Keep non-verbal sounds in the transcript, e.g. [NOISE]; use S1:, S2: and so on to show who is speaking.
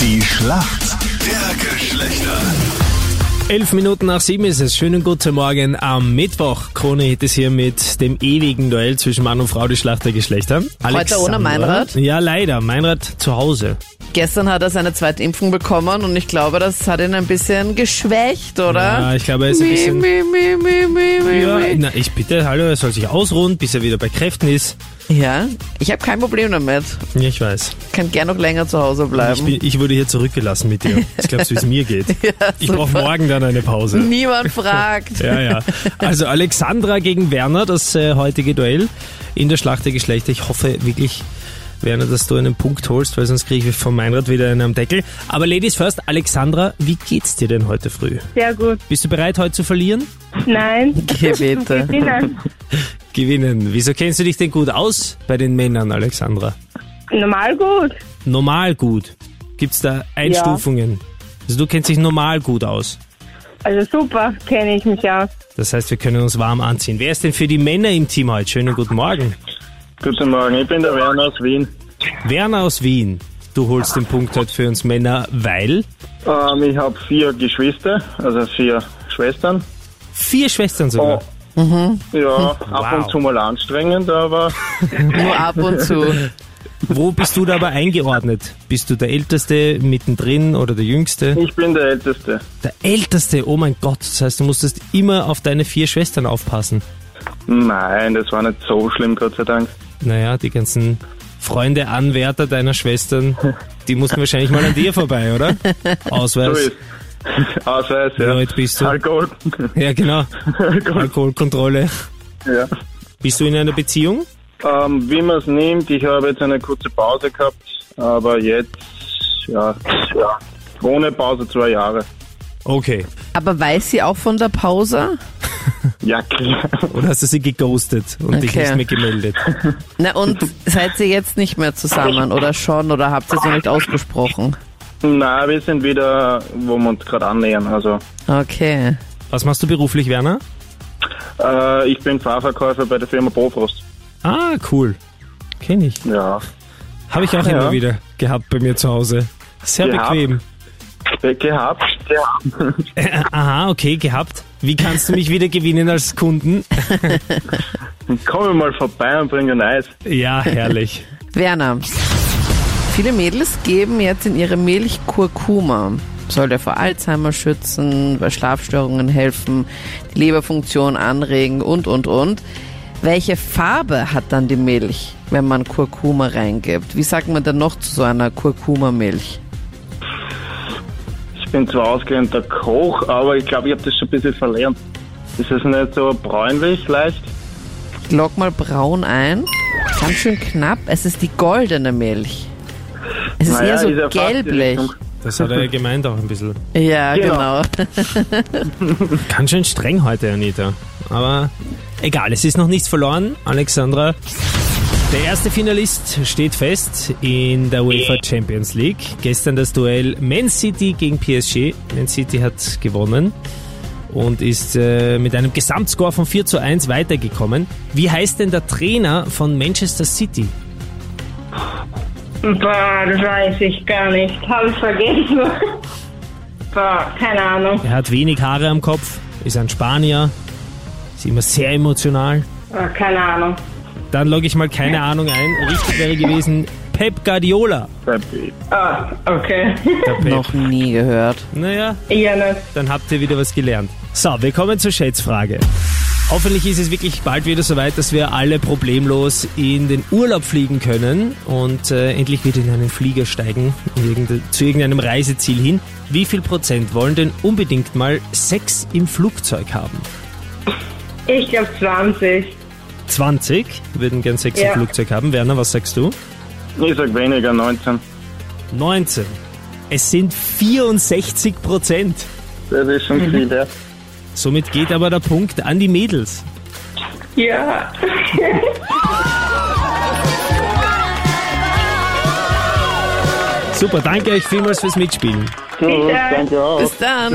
S1: Die Schlacht der Geschlechter.
S2: Elf Minuten nach sieben ist es. Schönen guten Morgen am Mittwoch. Krone hätte es hier mit dem ewigen Duell zwischen Mann und Frau die Schlacht der Geschlechter. Alexandra-
S3: ohne Meinrad?
S2: Ja, leider. Meinrad zu Hause.
S3: Gestern hat er seine zweite Impfung bekommen und ich glaube, das hat ihn ein bisschen geschwächt, oder?
S2: Ja, ich glaube, er ist ein
S3: mi,
S2: bisschen-
S3: mi, mi, mi, mi, mi,
S2: Ja,
S3: mi.
S2: na, ich bitte, hallo, er soll sich ausruhen, bis er wieder bei Kräften ist.
S3: ja, ich habe kein Problem damit.
S2: Ja, ich weiß.
S3: Kann gern noch länger zu Hause
S2: Ich,
S3: bleiben.
S2: bin, ich wurde hier zurückgelassen mit dir. Ich glaube, wie es mir
S3: [LAUGHS]
S2: geht. ich brauche morgen dann eine Pause.
S3: Niemand
S2: [LAUGHS]
S3: fragt.
S2: Ja, ja. Also Alexandra gegen Werner, das äh, heutige Duell in der Schlacht der Geschlechter. Ich hoffe wirklich, Werner, dass du einen Punkt holst, weil sonst kriege ich von Meinrad wieder einen am Deckel. Aber Ladies first, Alexandra, wie geht's dir denn heute früh?
S4: Sehr gut.
S2: Bist du bereit, heute zu verlieren?
S4: Nein.
S3: Geh bitte.
S4: Nein.
S2: Gewinnen. Wieso kennst du dich denn gut aus bei den Männern, Alexandra?
S4: Normal gut.
S2: Normal gut. Gibt's da Einstufungen? Also du kennst dich normal gut aus.
S4: Also super, kenne ich mich aus.
S2: Das heißt, wir können uns warm anziehen. Wer ist denn für die Männer im Team heute? Schönen guten Morgen.
S5: Guten Morgen, ich bin der Werner aus Wien.
S2: Werner aus Wien, du holst den Punkt heute für uns Männer, weil
S5: Ähm, ich habe vier Geschwister, also vier Schwestern.
S2: vier Schwestern
S5: Oh.
S2: sogar.
S5: Ja, ab
S2: Mhm. Wow.
S5: und zu mal anstrengend, aber
S3: Nur ab und zu.
S2: Wo bist du da aber eingeordnet? Bist du der Älteste, mittendrin oder der Jüngste?
S5: ich bin der Älteste.
S2: Der Älteste, oh mein Gott, das heißt, du musstest immer auf deine vier Schwestern aufpassen.
S5: Nein, das war nicht so schlimm, Gott sei Dank.
S2: Naja, die ganzen Freunde, Anwärter deiner Schwestern, die mussten wahrscheinlich mal an dir vorbei,
S5: [LAUGHS]
S2: oder?
S5: So
S2: Ausweis.
S5: ist. [LAUGHS] Ausweis, ja.
S2: Wie alt bist du?
S5: Alkohol. [LAUGHS]
S2: Ja, genau.
S5: Oh
S2: Alkoholkontrolle.
S5: ja.
S2: Bist du in einer Beziehung?
S5: Ähm, wie man es nimmt, ich habe jetzt eine kurze Pause gehabt, aber jetzt, ja, ja. ohne Pause zwei Jahre.
S2: Okay.
S3: Aber weiß sie auch von der Pause?
S5: Ja, klar. [LAUGHS]
S2: Oder hast du sie geghostet und dich
S3: Okay.
S2: nicht mehr gemeldet?
S3: Na und seid ihr jetzt nicht mehr zusammen oder schon oder habt ihr es noch nicht ausgesprochen?
S5: Nein, wir sind wieder, wo wir uns gerade annähern, also.
S3: Okay.
S2: Was machst du beruflich, Werner?
S5: Äh, ich bin Fahrverkäufer bei der Firma Bofrost.
S2: Ah, cool. Kenn ich.
S5: Ja.
S2: Habe ich auch
S5: Ja.
S2: immer wieder gehabt bei mir zu Hause. Sehr
S5: Gehabt?
S2: bequem.
S5: Ge- Gehabt? Ja.
S2: Aha, okay, gehabt. Wie kannst du mich wieder gewinnen als Kunden? [LAUGHS]
S5: Komm mal vorbei und bring ein Eis.
S2: Ja, herrlich.
S3: Werner, viele Mädels geben jetzt in ihre Milch Kurkuma. Soll der vor Alzheimer schützen, bei Schlafstörungen helfen, die Leberfunktion anregen und, und, und. Welche Farbe hat dann die Milch, wenn man Kurkuma reingibt? Wie sagt man denn noch zu so einer Kurkuma-Milch?
S5: Ich bin zwar ausgelernter Koch, aber ich glaube, ich habe das schon ein bisschen verlernt. Ist es nicht so bräunlich leicht?
S3: Ich log mal braun ein. Ganz schön knapp. Es ist die goldene Milch. Es ist
S5: Naja,
S3: eher so
S5: ist ja fast die
S3: gelblich.
S5: Richtung.
S2: Das hat er ja gemeint auch ein bisschen.
S3: Ja,
S5: Genau.
S3: genau.
S2: Ganz schön streng heute, Anita. Aber egal, es ist noch nichts verloren, Alexandra. Der erste Finalist steht fest in der UEFA Champions League. Gestern das Duell Man City gegen PSG. Man City hat gewonnen und ist äh, mit einem Gesamtscore von 4 zu 1 weitergekommen. Wie heißt denn der Trainer von Manchester City?
S4: Boah, das weiß ich gar nicht. Habe ich vergessen. Boah, keine Ahnung.
S2: Er hat wenig Haare am Kopf, ist ein Spanier, ist immer sehr emotional.
S4: Boah, Ah, keine Ahnung.
S2: Dann logge ich mal keine Ahnung ein. Richtig wäre gewesen Pep Guardiola.
S4: Ah, okay. [LAUGHS]
S2: Der Pep.
S3: Noch nie gehört.
S2: Naja,
S4: ja, ne.
S2: dann habt ihr wieder was gelernt. So, wir kommen zur Schätzfrage. Hoffentlich ist es wirklich bald wieder soweit, dass wir alle problemlos in den Urlaub fliegen können und äh, endlich wieder in einen Flieger steigen in irgende, zu irgendeinem Reiseziel hin. Wie viel Prozent wollen denn unbedingt mal Sex im Flugzeug haben?
S4: Ich glaube 20.
S2: 20 würden gern Sex
S4: Ja.
S2: im Flugzeug haben. Werner, was sagst du?
S5: Ich sag weniger, 19.
S2: 19. Es sind 64 Prozent.
S5: Das ist schon
S3: [LAUGHS]
S5: viel, ja.
S2: Somit geht aber der Punkt an die Mädels.
S4: Ja.
S2: Super, danke euch vielmals fürs Mitspielen.
S5: Gut,
S4: Bitte.
S5: danke auch.
S3: Bis dann.